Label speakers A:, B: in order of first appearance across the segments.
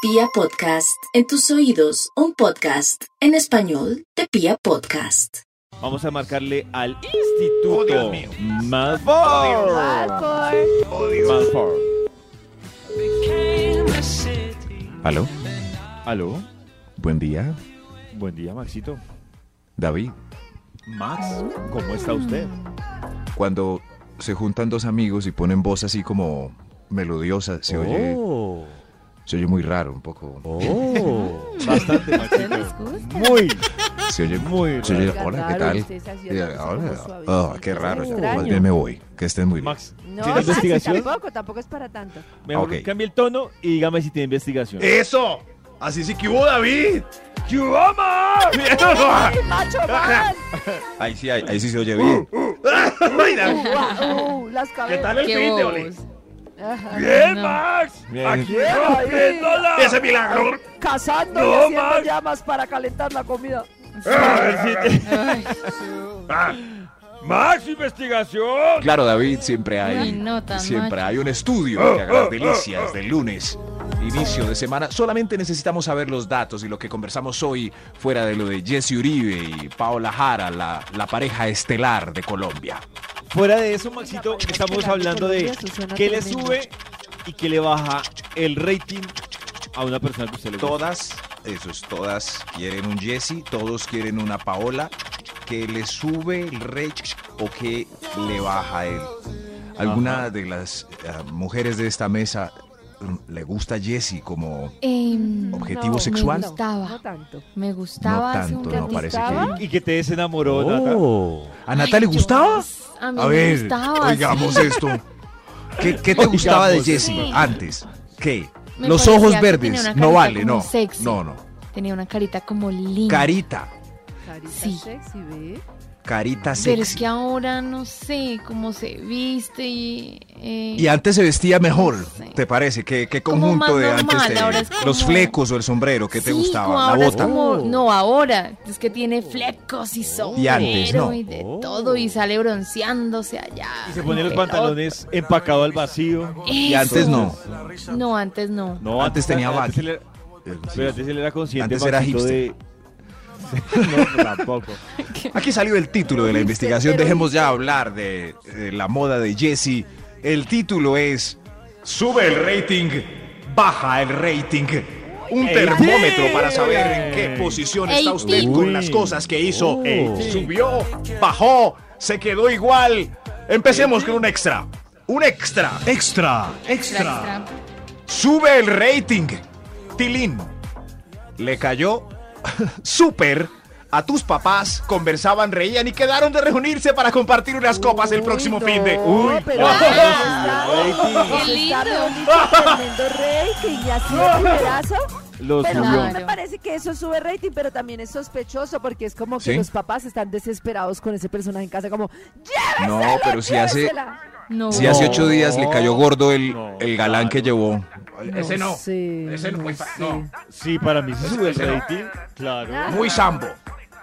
A: Pia Podcast, en tus oídos, un podcast en español de Pia Podcast.
B: Vamos a marcarle al
C: Oh,
B: Instituto
C: Dios mío.
B: Malfour. Malfour.
C: ¿Aló?
B: ¿Aló?
C: Buen día,
B: Buen día, Maxito.
C: David.
B: Max, ¿cómo está usted?
C: Cuando se juntan dos amigos y ponen voz así como melodiosa, se oye,
B: Oh,
C: se oye muy raro un poco.
B: oh. Bastante, Maxito. Muy.
C: Se oye,
B: Muy
C: se oye,
D: raro.
C: hola, ¿qué
D: Claro,
C: tal?
D: usted se hacía
C: Y,
D: la cosa
C: hola,
D: como
C: ah,
D: suavecita,
C: qué raro. ya,
D: extraño.
C: Más bien me voy, que estén muy bien.
B: Max, ¿tiene
D: No, Maxi,
B: investigación?
D: tampoco, tampoco es para tanto.
B: Mejor
C: Ok.
B: cambie el tono y dígame si tiene investigación.
E: ¡Eso! Así sí que hubo David. ¡Que hubo, ma!
D: ¡Ay, macho más!
C: Ahí sí, ahí, ahí sí se oye bien.
D: Uh.
E: Ay, David.
D: ¡Guau! ¡Uh, las
E: ¿Qué
D: cabezas.
E: tal el
F: Qué
E: fin de
F: bobos.
E: Oli?
D: Ajá.
E: ¡Bien, Max!
C: Bien.
E: ¡Aquí
D: Bien,
E: rompiéndola! ¡Ese milagro!
D: Cazando y
E: No,
D: haciendo
E: Max.
D: llamas para calentar la comida.
F: Ay,
E: Ah, ¡Max, investigación!
C: Claro, David, siempre
F: Uy,
C: hay.
F: no tan
C: siempre
F: macho.
C: hay un estudio que haga las delicias del lunes. Inicio de semana. Solamente necesitamos saber los datos y lo que conversamos hoy fuera de lo de Jesse Uribe y Paola Jara, la, la pareja estelar de Colombia.
B: Fuera de eso, Maxito, estamos hablando de
D: Eso suena
B: qué le
D: tremendo.
B: sube y qué le baja el rating a una persona que usted le gusta.
C: Todas, esos todas quieren un Jesse, todos quieren una Paola. que le sube el rage o que le baja él? ¿Alguna
B: Ajá.
C: de las eh, mujeres de esta mesa mm, le gusta Jesse como
F: Em,
C: Mm, objetivo
D: No,
C: sexual?
F: Me gustaba.
D: No tanto.
F: Me gustaba
C: No
F: hace un
C: tanto, no, parece
D: ¿Gustaba?
C: que... Oh.
B: Y que te desenamoró,
E: Oh.
B: Nata.
C: ¿A Natalia
F: Yo-
C: gustaba?
F: A mí
C: A
F: me
C: ver,
F: gustaba.
C: oigamos
F: sí.
C: esto. ¿Qué, qué te gustaba de
B: Oigamos
C: Jesse
F: esto.
C: antes? ¿Qué?
F: Me
C: Los
F: parecía
C: ojos
F: que tenía
C: verdes.
F: una
C: No
F: carita
C: vale,
F: como
C: no.
F: sexy.
C: No, no.
F: Tenía una carita como linda.
C: Carita.
D: Carita
F: Sí.
D: sexy, ¿ve?
C: Carita
F: Pero es
C: sexy.
F: que ahora no sé cómo se viste y. eh,
C: Y antes se vestía mejor,
F: Ah, Sí.
C: ¿te parece? ¿Qué, qué
F: Como
C: conjunto
F: más
C: de antes?
F: normal,
C: te-
F: ahora es como-
C: Los flecos o el sombrero, ¿qué te
F: sí, como
C: gustaba?
F: ahora
C: La
F: es
C: bota. Oh.
F: como-
D: Oh.
F: no, ahora. Es que tiene flecos y sombrero
C: antes, no.
F: y de
B: Oh.
F: todo y sale bronceándose allá.
B: Y se pone los
F: Pero-
B: pantalones empacado al vacío.
C: Y antes
F: Eso.
C: no.
F: No, antes no.
B: No,
C: Antes tenía baggy.
B: él era- Pero antes él era consciente.
C: Antes era
B: Maxito, de... no, tampoco.
C: Aquí salió el título de la
D: Pero
C: investigación.
D: dice-
C: Dejemos ya hablar de, de la moda de Jesse. El título es Sube el rating, baja el rating. Un
B: ¡Ey!
C: termómetro para saber en qué posición está
F: ¡Ey!
C: usted
B: Uy.
C: con las cosas que hizo.
B: Oh.
C: Eh, Subió, bajó, se quedó igual. Empecemos con un extra. Un extra. Extra.
F: Extra,
C: Sube el rating. Tilín. Le cayó súper. A tus papás conversaban, reían y quedaron de reunirse para compartir unas copas el próximo
D: Uy,
C: fin de.
D: no, pero
B: Ah,
D: eso está-
B: rating.
D: eso
F: Qué
D: está
F: lindo.
D: bonito, tremendo rating y así de primerazo.
B: Los
D: Pero
F: subió.
D: a mí me parece que eso sube rating, pero también es sospechoso porque es como que
C: ¿Sí?
D: los papás están desesperados con ese personaje en casa, como
C: No, pero si hace,
D: "Llévesela".
F: No.
C: si hace ocho días le cayó gordo el,
B: No,
C: el galán que llevó.
E: Ese no.
D: sé,
E: Ese no, pues,
D: sé.
E: no.
B: Sí, para mí se sube el rating. Claro.
C: Muy sambo.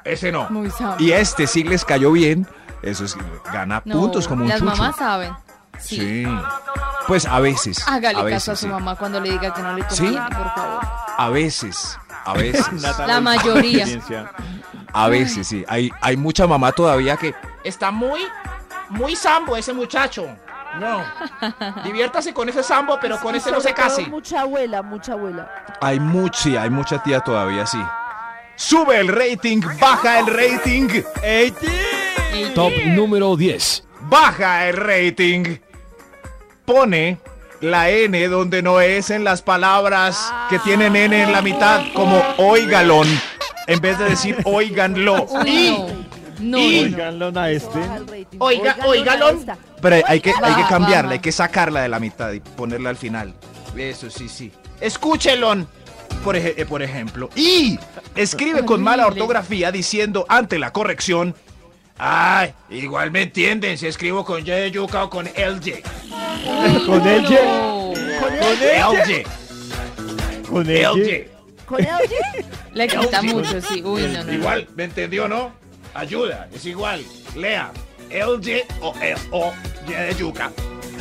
C: Ese no.
F: Muy sabio.
C: Y este sí les cayó bien. Eso es, gana
F: No,
C: puntos como un
F: Las
C: chucho.
F: mamás saben. Sí.
C: Sí. Pues a veces.
F: Hágale
C: a veces,
F: caso a su
C: sí.
F: mamá cuando le diga que no le
C: ¿Sí?
F: conviene, por favor.
C: A veces. A veces.
B: Nata,
F: La
B: no-
F: mayoría.
B: experiencia.
C: A veces, sí. Hay, hay mucha mamá todavía que.
G: Está muy, muy sambo ese muchacho. No. Diviértase con ese sambo, pero con ese no
D: Sobre
G: se
D: todo
G: case.
D: Mucha abuela, mucha abuela.
C: Hay mucha, sí, hay mucha tía todavía, sí. Sube el rating, baja el rating,
H: Top número 10.
C: baja el rating. Pone la N donde no es en las palabras que tienen N en la mitad, como
D: Ah.
C: oigalón, en vez de decir oiganlo.
F: Uy, no. No, no, no.
B: Oiganlo a este.
D: Baja el rating.
G: Oiga-
D: Oigan,
G: oigalón.
D: esta.
C: Pero hay- hay que, hay que
F: Va,
C: cambiarla,
F: va.
C: hay que sacarla de la mitad y ponerla al final. Eso sí, sí.
G: Escúchelon.
C: Por, ej- eh, por ejemplo. Y escribe con mala
F: Horrible.
C: ortografía diciendo ante la corrección. Ay, igual me entienden si escribo con Y de yuca o con LJ.
B: Con ella.
F: No.
C: LJ.
B: Con
C: Eh,
B: ella.
C: LJ.
D: Con el oye,
F: Le quita mucho, sí. Uy, no, no, no.
C: Igual, ¿me entendió no? Ayuda, es igual. Lea. LJ o, L- o E, Y de yuca.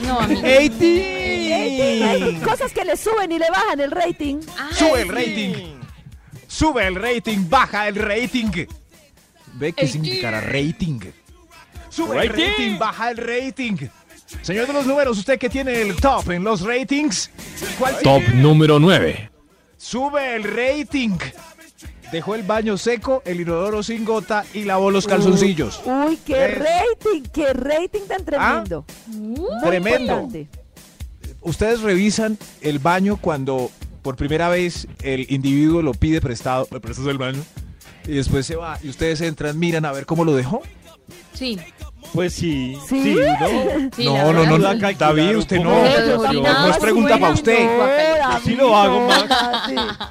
F: No, a mí. no.
D: Rating,
B: ¡80!
D: Cosas que le suben y le bajan el rating.
F: Ay,
C: Sube el
F: sí.
C: rating. Sube el rating, baja el rating. Ve qué
F: Ey,
C: significará
F: sí.
C: rating. Sube el
H: Rating.
C: rating, baja el rating. Señor de los números, usted que tiene el top en los ratings, ¿cuál
H: Top número 9.
C: Sube el rating. Dejó el baño seco, el inodoro sin gota y lavó los calzoncillos.
D: Uy, qué
G: Pues.
C: Es-
D: rating, qué rating
G: Ah,
D: tan tremendo.
F: Uh,
D: Muy
C: Tremendo.
D: importante.
C: Ustedes revisan el baño cuando por primera vez el individuo lo pide prestado, me prestas el baño, y después se va y ustedes entran, miran a ver cómo lo dejó.
F: sí.
B: Pues sí.
D: ¿Sí?
B: Sí, ¿no?
F: sí,
C: No,
F: la
C: no,
F: verdad,
C: no,
B: La
F: sí.
B: calcularon
C: David,
B: un
C: usted
B: poco.
C: no.
F: Pero
D: No,
F: sí,
D: no,
F: nada
C: no es pregunta
F: suena,
C: pa' usted.
F: no,
D: Yo
B: sí lo hago, Max.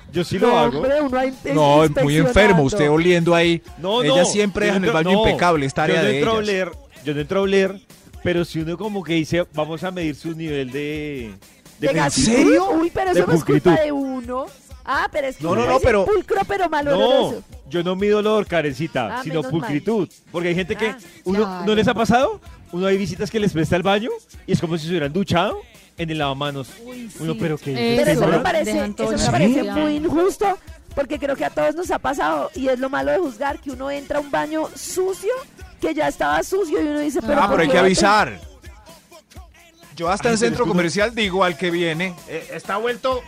B: Yo sí lo hago.
D: Hombre, uno ahí te-
C: No, es muy enfermo, usted
D: inspeccionando.
C: oliendo ahí.
B: No,
C: Ella
B: no,
C: siempre
B: yo
C: deja en el
B: entro-
C: baño impecable, esta área
B: yo no
C: de
B: entro a
C: ellas.
B: oler, yo no entro a oler, pero si uno como que dice, vamos a medir su nivel de... de
D: ¿De
B: pulcritud".
D: gastritis?
C: serio?
D: Uy, pero
B: De
D: eso no es culpa
B: pulcritud.
D: de uno. Ah, pero es que
C: No, no,
D: uno
C: no,
D: dice
C: pero-
D: pulcro, pero malo
B: No, yo no mido olor, carecita,
D: Ah,
B: sino
D: menos mal.
B: pulcritud. Porque hay gente que,
D: Ah,
B: uno,
F: claro.
B: ¿no les ha pasado? Uno hay visitas que les presta el baño y es como si se hubieran duchado en el lavamanos.
F: Uy, sí.
B: Uno, pero qué
D: Pero
B: ¿Sí?
D: eso me
B: ¿verdad?
D: parece,
F: Dejan todo
D: eso me
F: la
D: parece
F: vida.
D: muy injusto, porque creo que a todos nos ha pasado, y es lo malo de juzgar, que uno entra a un baño sucio, que ya estaba sucio, y uno dice, pero...
C: Ah,
D: ¿por
C: pero hay
D: qué
C: que
D: va a
C: avisar. Yo hasta
B: Ay,
C: en
B: pero
C: centro
B: tú no-
C: comercial digo al que viene.
G: Eh, está vuelto.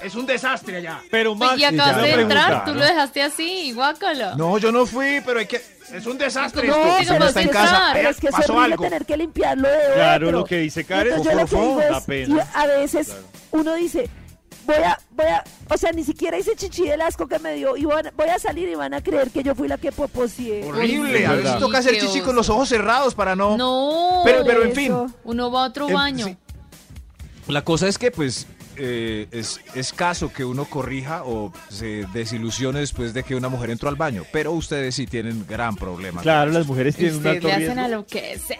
G: Es un desastre allá.
B: Pero Max,
F: Y acabas
B: una
F: de
B: pregunta.
F: entrar, tú lo dejaste así, guácalo.
C: No, yo no fui, pero hay que.
G: Es un desastre
F: No,
G: esto.
F: pero
D: pero
F: está
D: es
F: en
D: que-
F: casa.
D: Pero es que es
G: Pasó
D: horrible
G: algo.
D: tener que limpiarlo de
B: Claro,
D: otro.
B: lo que dice Karen,
D: Entonces yo lo que
B: por
D: digo
B: favor,
D: es,
B: da pena.
D: y a veces uno dice, voy a, voy a, o sea, ni siquiera hice chichi del asco que me dio, y van- voy a salir y van a creer que yo fui la que poposié.
C: Horrible. A veces
B: verdad.
C: toca hacer chichi con los ojos cerrados para no.
F: No,
C: Pero- pero-
D: Por
C: en fin.
D: eso.
F: uno va a otro
C: Eh,
F: baño.
C: sí. La cosa es que, pues, eh, es escaso que uno corrija o se desilusione después de que una mujer entró al baño. Pero ustedes sí tienen gran problema.
B: Claro, las mujeres tienen un
F: Ustedes
B: alto
F: le hacen
B: riesgo
F: a lo que sea.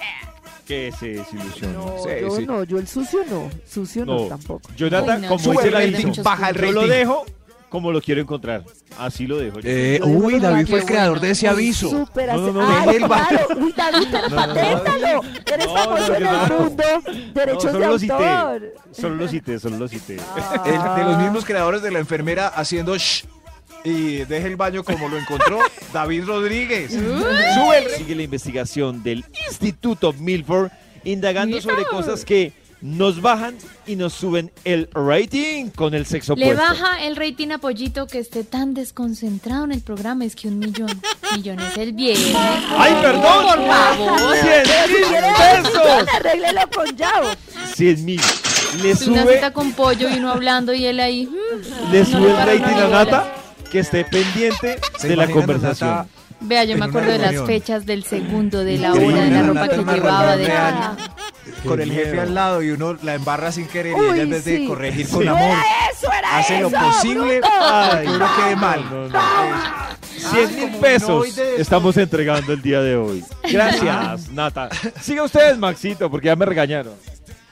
B: que se desilusionan.
D: No,
C: Sí,
D: yo
C: sí.
D: no, yo el sucio no, sucio no,
B: No.
D: tampoco.
B: Jonathan,
F: Uy, no.
B: como
C: Sube
B: dice
C: el
B: la
F: rating,
B: intro,
C: baja el
B: yo lo
C: rating.
B: dejo como lo quiero encontrar. Así lo dejo. yo.
C: Eh,
D: Yo digo
C: uy,
D: que
C: David
F: qué
C: fue el creador
F: bueno.
C: de ese aviso.
D: Súper
B: No, no,
D: hace-
B: no,
D: Ay,
C: no, no.
D: claro, uy, David,
C: No, no,
D: pero
C: no.
D: paténtalo. Eres
B: No,
D: famoso
B: no,
D: en
B: no,
D: el
B: no.
D: mundo.
B: No,
D: Derechos de
B: solo lo
D: autor. Ah.
B: cité. Solo lo cité, solo lo cité.
C: El- de los mismos creadores de la enfermera haciendo shh y deje el baño como lo encontró David Rodríguez.
B: Sube el- Sigue la investigación del Instituto Milford indagando
F: Milford.
B: sobre cosas que nos bajan y nos suben el rating con el sexo
F: Le
B: opuesto.
F: baja el rating a Pollito que esté tan desconcentrado en el programa. Es que un millón. Millón es el bien.
B: ¡Ay, perdón!
F: Por favor.
B: ¡Cien
D: Si
B: mil
D: quieres,
B: pesos!
D: arréglelo con Yao.
B: ¡Cien mil! Le
F: Una
B: sube,
F: cita con pollo y uno hablando y él ahí. mm,
B: le
F: no
B: sube el
F: para
B: rating
F: una
B: a
F: bola.
B: Nata que esté pendiente
C: ¿Se
B: de la
C: imaginan a
B: conversación.
C: Nata?
F: Vea, yo
C: En
F: me
C: una
F: acuerdo de las
C: reunión.
F: fechas, del segundo, de la
B: Increíble,
F: hora, de la
B: una
F: ropa que
C: nata
F: llevaba, de
C: real.
F: nada.
C: con
B: Qué
C: el jefe
B: miedo.
C: al lado y uno la embarra sin querer y
D: Uy,
C: ella en vez de
D: sí.
C: corregir
B: Sí.
C: con amor
D: Era eso, era
C: hace lo
D: eso,
C: posible
D: bruto.
C: para que uno quede mal.
B: no, ¡Cien mil
C: como
B: pesos!
C: noide.
B: Estamos entregando el día de hoy. Gracias, Nata. Siga ustedes, Maxito, porque ya me regañaron.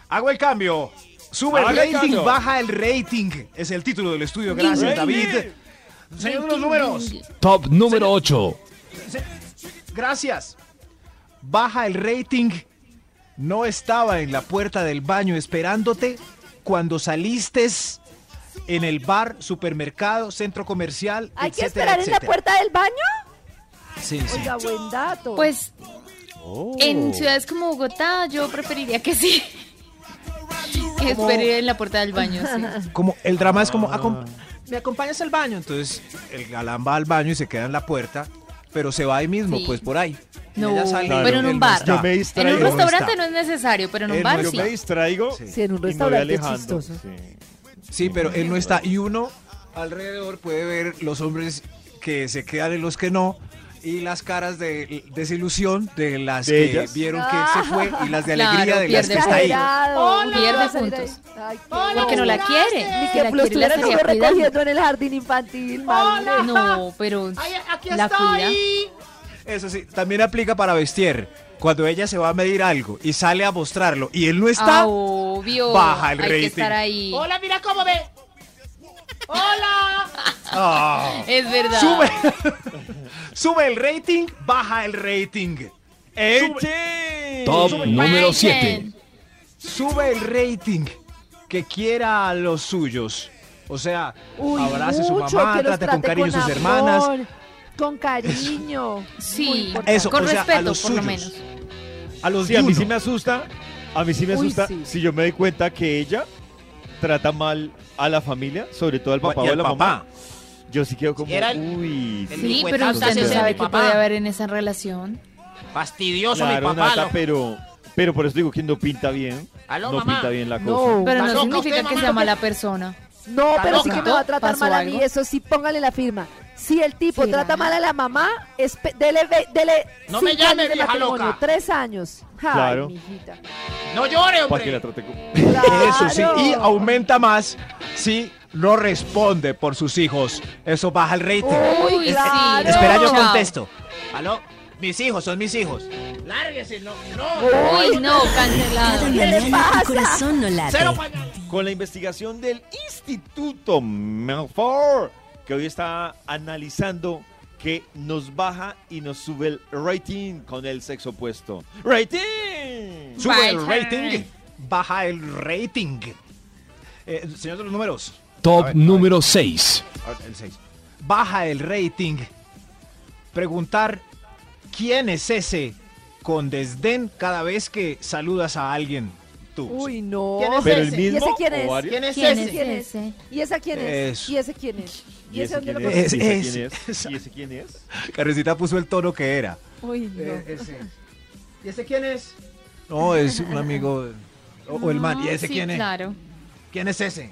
C: Hago el cambio. Sube
B: Haga
C: el
B: el
C: rating,
B: cambio.
C: baja el rating. Es el título del estudio. Gracias,
B: Rating.
C: David.
G: Señor de los números.
H: Top número 8.
C: Gracias. Baja el rating. No estaba en la puerta del baño esperándote cuando saliste en el bar, supermercado, centro comercial,
D: Hay que
C: etcétera,
D: esperar en la
C: etcétera.
D: puerta del baño.
C: Sí, sí.
D: Oiga, buen dato.
F: Pues
C: Oh.
F: en ciudades como Bogotá yo preferiría que sí. Que esperé en la puerta del baño. sí.
C: como el drama es
B: Ah.
C: como "Acom- me acompañas al baño entonces el galán va al baño y se queda en la puerta pero se va ahí mismo
F: Sí.
C: pues por ahí Y
F: No,
C: ella sale y
F: pero en
C: él
F: un
C: no
F: bar.
C: está.
B: Yo me
F: En
B: distraigo.
F: un
C: Pero no
F: restaurante no
C: está.
F: es necesario, pero en un
C: Él
F: bar
C: no-
B: Yo
F: sí.
B: me distraigo.
C: Sí.
D: si en un
B: Y me voy
D: restaurante es
B: alejando.
D: chistoso.
B: sí.
C: sí pero él no está y uno alrededor puede ver los hombres que se quedan y los que no y las caras de desilusión de las
B: ¿De
C: que
B: ellas?
C: vieron que se fue y las de
F: Claro,
C: alegría de las
F: pierde
C: que está ahí.
D: Exagerado.
F: Hola. Pierde puntos.
D: Ay, qué
F: Porque no la quiere.
D: Ni
F: Si
D: que
F: la
D: lo
F: quiere, la
D: estuvieran
F: estaría
D: como
F: cuidando.
D: recogiendo en el jardín infantil, madre.
F: No, pero
G: Ay, aquí
F: la cuida.
G: estoy.
C: Eso sí, también aplica para vestir. Cuando ella se va a medir algo y sale a mostrarlo y él no está,
F: Ah, obvio.
C: baja el
F: Hay
C: rating.
F: que estar ahí.
G: Hola, mira cómo ve. Hola.
C: ah,
F: Es verdad.
C: Sube, sube el rating, baja el rating.
B: ¡Eche!
H: Top
F: Sube el
H: número
F: rating.
H: 7.
C: sube el rating que quiera a los suyos. O sea, abrace a su
D: mucho,
C: mamá,
D: que los
C: trate con
D: trate
C: cariño a
D: con
C: sus hermanas.
D: amor, Con cariño. Muy
F: Sí,
D: importante.
C: Eso,
F: con
C: o sea, a
F: respeto,
C: los
F: por lo
C: suyos.
F: menos.
C: A los
B: Sí, a mí
C: Juno.
B: sí me asusta. A mí sí me
D: Uy,
B: asusta
D: sí.
B: si yo me doy cuenta que ella trata mal a la familia, sobre todo al papá
C: Y
B: o a
C: al
B: la
C: papá.
B: mamá. Yo sí quedo como,
G: Era el-
B: uy,
G: el-
F: Sí,
G: hijo de
F: pero
G: tantas
F: usted no
B: es de
F: sabe
G: mi
F: qué
G: papá.
F: puede haber en esa relación.
G: Fastidioso
B: claro,
G: mi papá.
B: Nata,
G: lo-
B: pero, pero por eso digo que no pinta bien.
G: Aló,
B: no
G: mamá.
B: pinta bien la cosa.
D: No,
F: Pero
G: ¿Está
F: no
G: loca
F: significa
G: usted,
F: que
G: mamá?
F: sea mala persona.
D: no, pero sí
G: loca?
D: que me va a tratar
F: ¿Pasó
D: mal a
F: algo?
D: mí. Eso sí, póngale la firma. Si el tipo
F: ¿Será?
D: trata mal a la mamá, espe- dele, ve- dele
G: No me
D: cinco
G: llame,
D: años de
G: vieja
D: matrimonio,
G: loca.
D: tres años. Ay,
B: Claro.
D: mijita.
G: No llore,
B: Para que la
G: hombre.
B: trate como...
C: Eso sí,
D: Claro.
C: y aumenta más si no responde por sus hijos. Eso baja el rating.
D: Uy,
F: Uy,
D: claro.
F: sí.
C: Espera, yo
F: Chao.
C: contesto.
G: Aló, mis hijos, son mis hijos. Lárguese, no, no.
F: Uy, no, cancelado.
D: le
A: mañana
D: pasa?
A: tu corazón no late.
G: Cero pañal.
B: Con la investigación del Instituto Melford, que hoy está analizando que nos baja y nos sube el rating con el sexo opuesto. ¡Rating!
C: Sube el
F: Bye.
C: rating, baja el rating. Eh, señor de los números,
H: Top número 6.
C: a ver, el 6. Baja el rating. Preguntar quién es ese con desdén cada vez que saludas a alguien. Tú.
D: Uy, no.
G: ¿Quién es
B: Pero el
G: ese?
D: ¿Y
B: mismo
D: ese quién
B: o
D: es?
B: varios?
G: ¿Quién es
F: ¿Quién
G: ese?
F: es ese?
D: ¿Y esa quién es?
C: Eso.
D: ¿Y ese quién es? ¿Y ese dónde lo
B: quién
D: conoces?
B: es?
C: conoces?
B: ¿Y ese quién
C: Es-
B: es? ¿Y ese quién es?
C: Carecita puso el tono que era.
D: Uy, no.
G: ¿Y ese este? quién es?
C: No, es un amigo. O, o el man. ¿Y
F: No,
C: ese
F: sí,
C: quién es?
F: Claro.
C: ¿Quién es ese?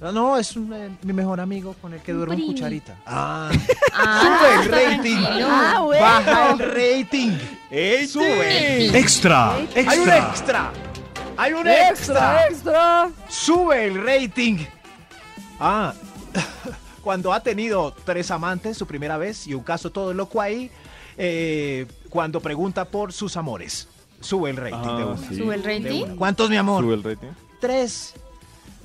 C: No, no, es un, eh, mi mejor amigo con el que
F: Un
C: duermo en
F: primi.
C: cucharita. Ah,
F: Ah,
C: el
F: está
C: rating.
F: tranquilo.
D: Ah, bueno.
C: baja el rating.
B: ¡Ey,
C: Sube.
H: Extra.
C: Hay un extra. Hay un extra.
D: Extra, extra.
C: Sube el rating. Ah, cuando ha tenido tres amantes su primera vez y un caso todo loco ahí, eh, cuando pregunta por sus amores, sube el rating de
B: Ah,
C: una.
B: sí.
F: ¿Sube el
C: de una.
F: rating?
C: ¿Cuántos, mi amor?
B: Sube el rating.
C: tres,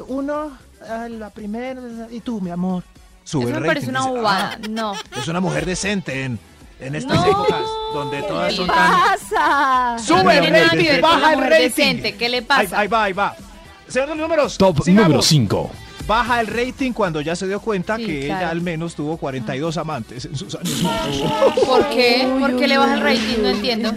C: uno, ah, la primera, y tú, mi amor. Sube
F: Eso
C: el
F: me
C: rating,
F: parece una
C: dice,
F: bobada. No.
C: "Ah, es una mujer decente en, en estas
F: No,
C: épocas donde
F: ¿qué
C: todas
F: le
C: son tan...
D: pasa?
F: No
C: Sube
F: tiene
C: el
F: nada que
C: rating,
F: ver con
C: baja
F: la
C: el
F: mujer
C: rating.
F: decente, ¿qué le
C: Ahí,
F: pasa?
C: ahí va, ahí va. Señor de los números,
H: Top
C: sigamos.
H: número 5.
C: Baja el rating cuando ya se dio cuenta
F: Sí,
C: que ella
F: claro.
C: al menos tuvo 42 amantes en sus años.
F: ¿Por qué?
D: Uy,
F: ¿Por
D: uy,
F: qué le baja el
D: uy,
F: rating? No
D: uy.
F: entiendo.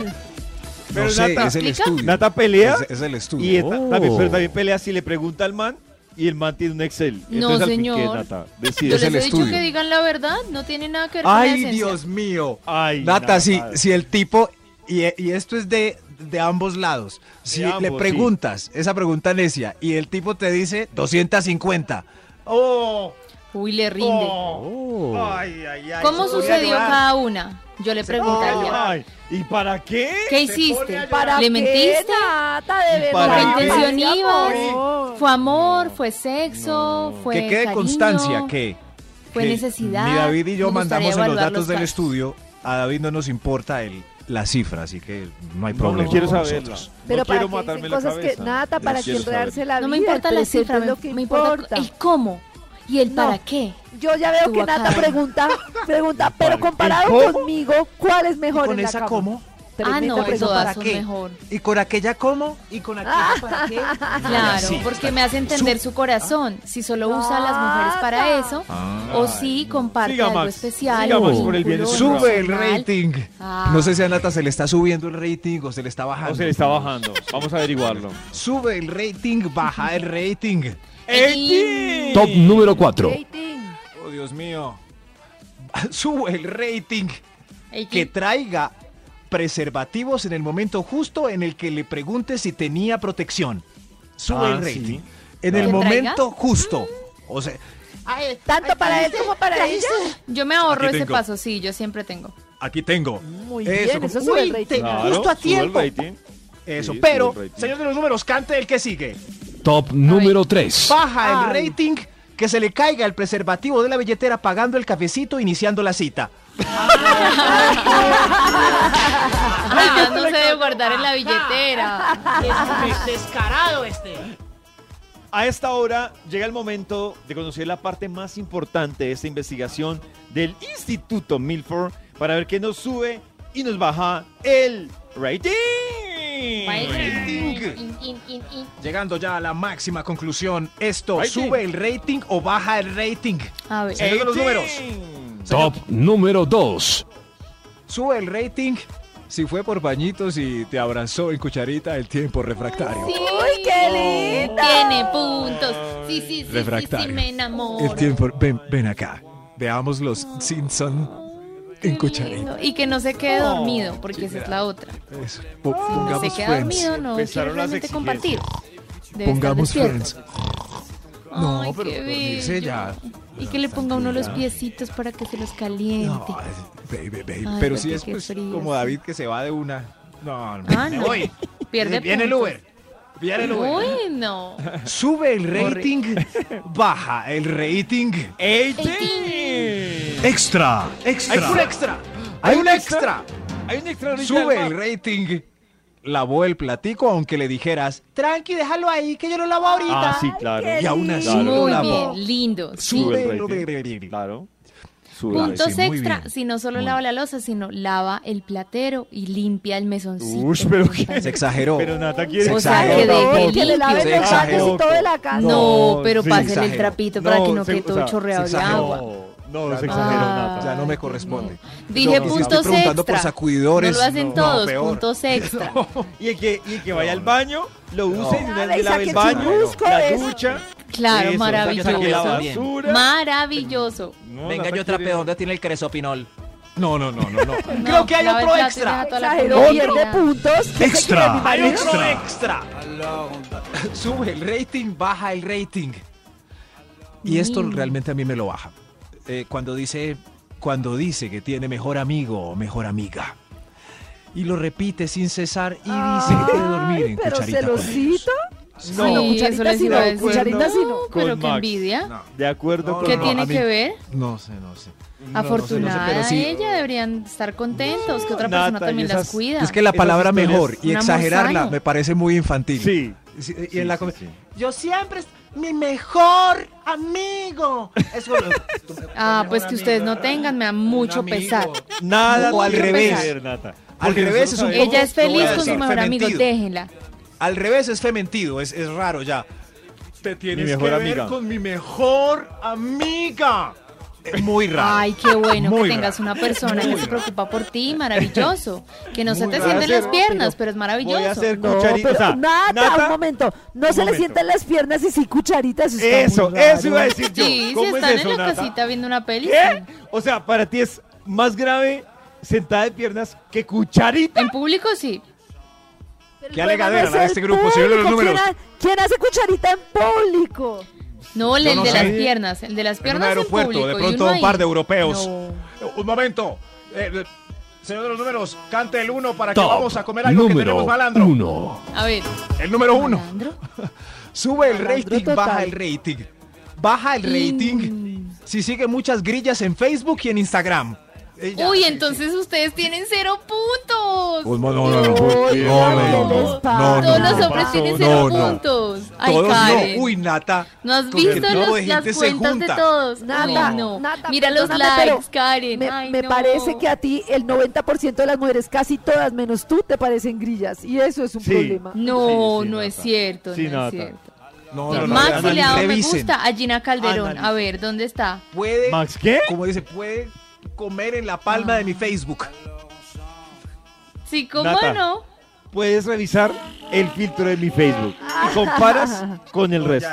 B: Pero Nata,
F: ¿Explica?
B: Nata pelea
C: Es- es el estudio.
B: y esta-
H: Oh.
B: también, pero también pelea si le pregunta al man y el man tiene un Excel.
F: No,
B: Entonces, al fin,
F: señor.
B: ¿qué, Nata?
F: Yo
B: Decides.
F: les
C: el
F: he dicho
C: estudio.
F: que digan la verdad, no tiene nada que ver con la
C: Ay,
F: esencia.
C: Dios mío.
B: Ay,
C: Nata,
B: Nata.
C: si, si el tipo, y, y esto es de, de ambos lados, si le
B: ambos,
C: preguntas esa pregunta necia y el tipo te dice 250,
G: Oh,
F: Uy, le rinde.
G: oh. Ay, ay, ay.
F: ¿Cómo
G: se pone a
F: sucedió
G: llorar.
F: cada una? Yo le preguntaría.
B: Ay, ¿Y para qué?
F: ¿Qué
G: Se pone a
F: hiciste?
G: llorar.
F: ¿Le mentiste?
D: Nata, de
B: ¿Y
D: verdad.
B: para
F: qué?
D: Por
F: ¿Intención ibas?
D: favor.
F: ¿Fue amor? ¿Fue sexo? ¿Fue
C: que quede
F: Pues, cariño?
C: constancia que,
F: ¿Fue
C: que
F: necesidad?
C: ni David y yo
F: Me gustaría
C: mandamos en los
F: evaluar
C: datos del
F: facts.
C: estudio, a David no nos importa el, la cifra, así que no hay
B: No,
C: problema.
B: no quiero
C: con
B: saberla.
C: nosotros.
D: Pero
B: no
D: para
B: quiero
D: que dicen
B: matarme la
D: cosas
B: cabeza.
D: que nada
B: No
D: para que
B: quiero
D: enredarse
B: saberla.
D: la vida.
F: No me importa
D: el
F: la
D: presente
F: cifra,
D: es
F: me,
D: lo que
F: me importa el cómo y el
D: No.
F: para qué.
D: Yo ya veo
F: Tu
D: que Nata
F: bacana.
D: pregunta, pregunta,
B: ¿Cuál?
D: pero
B: ¿El
D: comparado
B: cómo?
D: conmigo, ¿cuál es mejor
C: con
D: en la
C: esa
D: cama?
C: cómo?
F: Ah,
D: Tremenda
F: no,
D: pregunta.
F: todas
C: ¿para
F: son
C: qué?
F: mejor. Ah,
C: Y con aquella como y con aquella para qué.
F: Claro,
C: Sí,
F: porque me hace entender su corazón, si solo usa a las mujeres para eso, o si comparte
B: Siga,
F: algo
B: Max.
F: especial.
B: Siga, Max,
F: un
B: por el bien de
F: vínculo
B: su
C: Sube el
F: emocional.
C: rating.
F: Ah.
C: No sé si a Nata se le está subiendo el rating o se le está bajando.
B: O se le está bajando. Vamos a averiguarlo.
C: Sube el rating, baja el rating.
F: Ey.
H: Top número 4.
D: Dating.
C: Oh, Dios mío. Sube el rating.
F: Ey,
C: Que traiga preservativos en el momento justo en el que le pregunte si tenía protección. Sube
B: Ah,
C: el rating.
B: sí.
C: En
B: Claro.
C: el
F: ¿Que traiga?
C: momento justo.
D: Mm.
C: O sea,
G: Ay,
D: Tanto
G: ay,
D: para él
G: trajiste-
D: como para ella.
F: Yo me ahorro
C: Aquí
F: ese
C: tengo.
F: paso, sí, yo siempre tengo.
C: aquí tengo.
D: Muy
C: Eso,
D: bien,
C: como-
D: eso sube el
C: Uy,
D: rating.
C: te-
B: Claro,
C: Justo a
B: sube el
C: tiempo.
B: rating.
C: Eso.
B: Sí,
C: Pero,
B: sube el rating.
C: señor de los números, cante el que sigue.
H: Top número 3.
C: Baja el
D: Ay.
C: rating, que se le caiga el preservativo de la billetera pagando el cafecito iniciando la cita.
F: Ah, no se debe guardar en la billetera.
G: Des- este Descarado este.
B: A esta hora llega el momento de conocer la parte más importante de esta investigación del Instituto Milford para ver qué nos sube y nos baja el rating. rating.
F: In, in, in, in.
C: Llegando ya a la máxima conclusión, esto
B: Rating.
C: sube el rating o baja el rating.
F: A ver.
C: Señor de los números,
H: Top número 2.
C: sube el rating si fue por bañitos y te abrazó el cucharita el tiempo refractario.
F: Sí.
D: Uy, qué linda.
F: Tiene puntos. Sí, sí, sí, sí, sí,
C: Refractario.
F: me enamoro.
C: El tiempo, ven, ven acá. Veamos los Simpson en cucharita.
F: Lindo. Y que no se quede dormido, porque esa es la otra.
C: Eso. Po-
F: No se
C: Pongamos
F: queda
C: friends.
F: dormido, no quiere
B: Empezaron las
F: realmente compartir. Debe estar
C: Pongamos
F: despierto.
C: friends.
F: No,
C: No, pero dormirse ya.
F: Y que le ponga uno los
C: tranquila.
F: piecitos para que se los caliente.
C: No, baby, baby.
F: Ay,
C: Pero si
F: papi,
C: es
F: qué
C: pues,
F: frío,
C: como
F: sí.
C: David que se va de una. No, no.
F: Ah, no.
G: Voy.
F: Pierde
G: Viene el
F: puntos.
G: Uber. Viene el Uber.
F: Uy, no.
C: Sube el rating, baja el rating.
B: ¡Rating!
E: Extra,
G: Hay
E: extra.
G: un extra.
C: Hay un
G: extra.
B: Hay un extra ahorita
C: Sube
B: al
C: el
B: mar.
C: rating. Lavó el platico aunque le dijeras, tranqui, déjalo ahí que yo lo lavo ahorita.
B: Ah, sí, claro.
D: qué
C: Y aún así
B: Claro.
C: lo
F: Muy
C: lavó.
F: bien, lindo. sí.
C: Sube
B: Sube el
C: el rating.
B: Claro. Sube el
F: Puntos
C: sí, muy
F: extra,
C: bien.
F: si no solo
C: Muy
F: lava la losa, sino lava el platero y limpia el mesoncito.
B: Ush, pero qué-
C: Se exageró.
B: Pero Nata quiere.
F: O sea, que
D: No,
F: deje
D: que le laven
C: Se
D: los baños
C: exageró.
D: y todo de la casa.
F: No,
B: No,
F: pero
B: sí,
F: pásenle el
C: exageró.
F: trapito para que no
B: se-
F: quede
B: o
F: todo
B: sea,
F: chorreado
C: se
F: de
C: exageró.
F: agua.
B: No, no,
C: Ya
B: se
C: no.
B: exageró
F: Ah.
B: Nata.
C: Ya no me corresponde.
F: Dije
C: No,
F: puntos
C: estoy preguntando por
F: extra.
C: sacudidores.
F: No lo hacen
C: No,
F: todos,
C: peor.
F: puntos extra.
B: Y el que, y el que vaya al baño, lo use y de una vez
D: Ay,
B: le lave
D: saque
B: el baño,
D: churrusco
B: la
D: eso.
B: ducha.
F: Claro,
B: Eso, saque la
F: maravilloso.
G: bien.
B: basura.
F: Maravilloso.
B: No,
G: Venga,
B: Nata
G: yo trapeo.
B: quiere-
G: ¿Dónde tiene el Cresopinol?
C: No, no, no, no, no.
F: No,
G: Creo que hay
F: lava el
G: otro
F: plato y
G: extra.
F: deja toda la
D: Exageró,
F: comida.
D: pierde puntos. ¿Qué se
E: Extra.
D: quiere, mi
G: Hay
D: marido?
G: otro extra.
C: Sube el rating, baja el rating. Y esto
F: Mm.
C: realmente a mí me lo baja. Eh, cuando dice, cuando dice que tiene mejor amigo o mejor amiga. Y lo repite sin cesar y dice que quiere dormir
D: Ay,
C: en
D: pero
C: cucharita. con ellos.
D: celosito.
F: No,
D: no,
F: sí, eso
D: cucharita
F: les
D: sí
F: iba a
D: no,
F: decir.
D: cucharita sí no.
F: Pero
B: Con
F: qué
B: Max.
F: envidia.
C: No,
B: De acuerdo
C: No,
B: con
F: ¿Qué
C: no,
F: tiene
C: a mí-
F: que ver?
C: no sé, no sé.
F: Afortunada
C: pero sí-
F: ella, deberían estar contentos que otra
B: Nata,
F: persona también
B: y esas-
F: las cuida.
C: Es que la
B: Esas
C: palabra
B: historias-
C: mejor y
F: Un amor
C: exagerarla
F: sano.
C: me parece muy infantil.
B: Sí.
C: Sí, y
B: Sí,
C: en la
B: sí,
C: com-
B: sí.
G: Yo siempre es mi mejor amigo. Eso lo-
F: Ah, pues que ustedes no tengan, me da mucho
C: amigo.
F: pesar.
B: Nada
C: O al
B: tiene que
C: revés.
B: ver, Nata.
C: Al
B: Porque
C: revés es un
B: nosotros
C: poco-
F: Ella es
C: lo voy a
F: feliz con su
C: decir,
F: mejor amigo,
C: fementido.
F: déjenla.
C: Al revés es fementido, es, es raro ya. Te tienes
B: mejor
C: que
B: amiga.
C: ver con mi mejor amiga. Es muy raro.
F: Ay, qué bueno
C: Muy
F: que tengas
C: raro.
F: una persona
C: Muy
F: que se
C: raro.
F: preocupa por ti, maravilloso. Que no se
C: Muy
F: te
C: raro.
F: sienten
B: Voy a
F: las
B: hacer-
F: piernas, pero es maravilloso.
B: Voy a hacer
D: No,
B: cucharita.
D: pero
B: o sea,
D: nata,
B: Nata,
D: un momento. No se le
B: momento.
D: sienten las piernas y sí cucharitas. está muy
B: Eso,
D: raro.
B: eso iba a decir yo.
F: Sí, si
B: ¿Cómo
F: están
B: es eso,
F: en la
B: Nata?
F: casita viendo una peli.
B: ¿Qué?
F: sí.
B: O sea, para ti es más grave sentada de piernas que cucharita.
F: En público sí.
D: Pero el
C: Qué
D: problema
C: alegadera
D: es
C: la de
D: el
C: este grupo, señor de los
D: público. ¿Quién
C: números.
D: ha- ¿Quién hace cucharita en público?
F: No, el,
C: Yo no
F: de las
C: sé.
F: piernas. El de las
C: en un
F: piernas en,
C: aeropuerto,
F: público.
C: de
F: y uno
C: pronto un
F: ahí.
C: par de europeos.
F: No.
C: Un momento. Eh, eh, señor de los números, cante el uno para que
H: Top
C: vamos a comer algo que
H: número
C: tenemos malandro.
H: 1.
F: A ver.
C: El número uno.
F: Malandro.
C: Sube el
D: Malandro
C: rating,
D: total.
C: baja el rating. Baja el rating.
F: Mm.
C: Si sigue muchas grillas en Facebook y en Instagram. Eh, ya,
F: Uy,
C: sí, sí.
F: entonces ustedes tienen cero puntos.
C: Uy, Pues no, no, no, no,
D: Uy,
C: no,
D: Nata,
C: no,
D: ¿qué
C: no,
D: les
C: no,
D: pasa?
F: Todos los
C: no, no,
F: hombres
C: no,
F: tienen
C: no,
F: cero
C: no.
F: puntos. Ay,
C: Todos
F: Karen.
C: no. Uy, Nata.
F: ¿No has
C: con el
F: visto
C: globo de
F: los- las
C: gente se
F: cuentas de
C: junta.
F: todos?
D: Nata,
F: Uy, no.
D: Nata,
F: Mira los
D: perdóname, pero
F: likes, Karen.
D: Me,
F: Ay,
D: me
F: no.
D: parece que a ti el 90% de las mujeres, casi todas menos tú, te parecen grillas. Y eso es un
B: Sí.
D: problema.
F: No,
B: Sí, sí,
F: no es
B: Nata.
F: cierto,
B: Sí,
F: no
B: Nata.
F: es cierto.
C: No, no, no,
F: Max
C: no,
F: le ha dado me
C: revisen.
F: gusta a Gina Calderón. A ver, ¿dónde está?
C: Puede,
B: Max, ¿qué?
C: como dice, puede comer en la palma de mi Facebook.
F: Sí, ¿cómo
B: Nata.
F: no?
B: Puedes revisar el filtro de mi Facebook y comparas con el resto.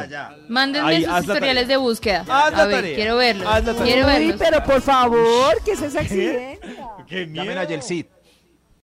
F: Mándenme
B: Ahí,
F: sus
B: haz la
F: historiales de búsqueda.
B: Haz la
F: a ver,
B: tarea.
F: quiero verlos.
B: Haz la tarea.
F: Quiero
D: Uy,
F: verlos.
D: pero por favor, que es esa exigencia.
B: ¡Qué miedo!
C: Llamen a Yeltsin.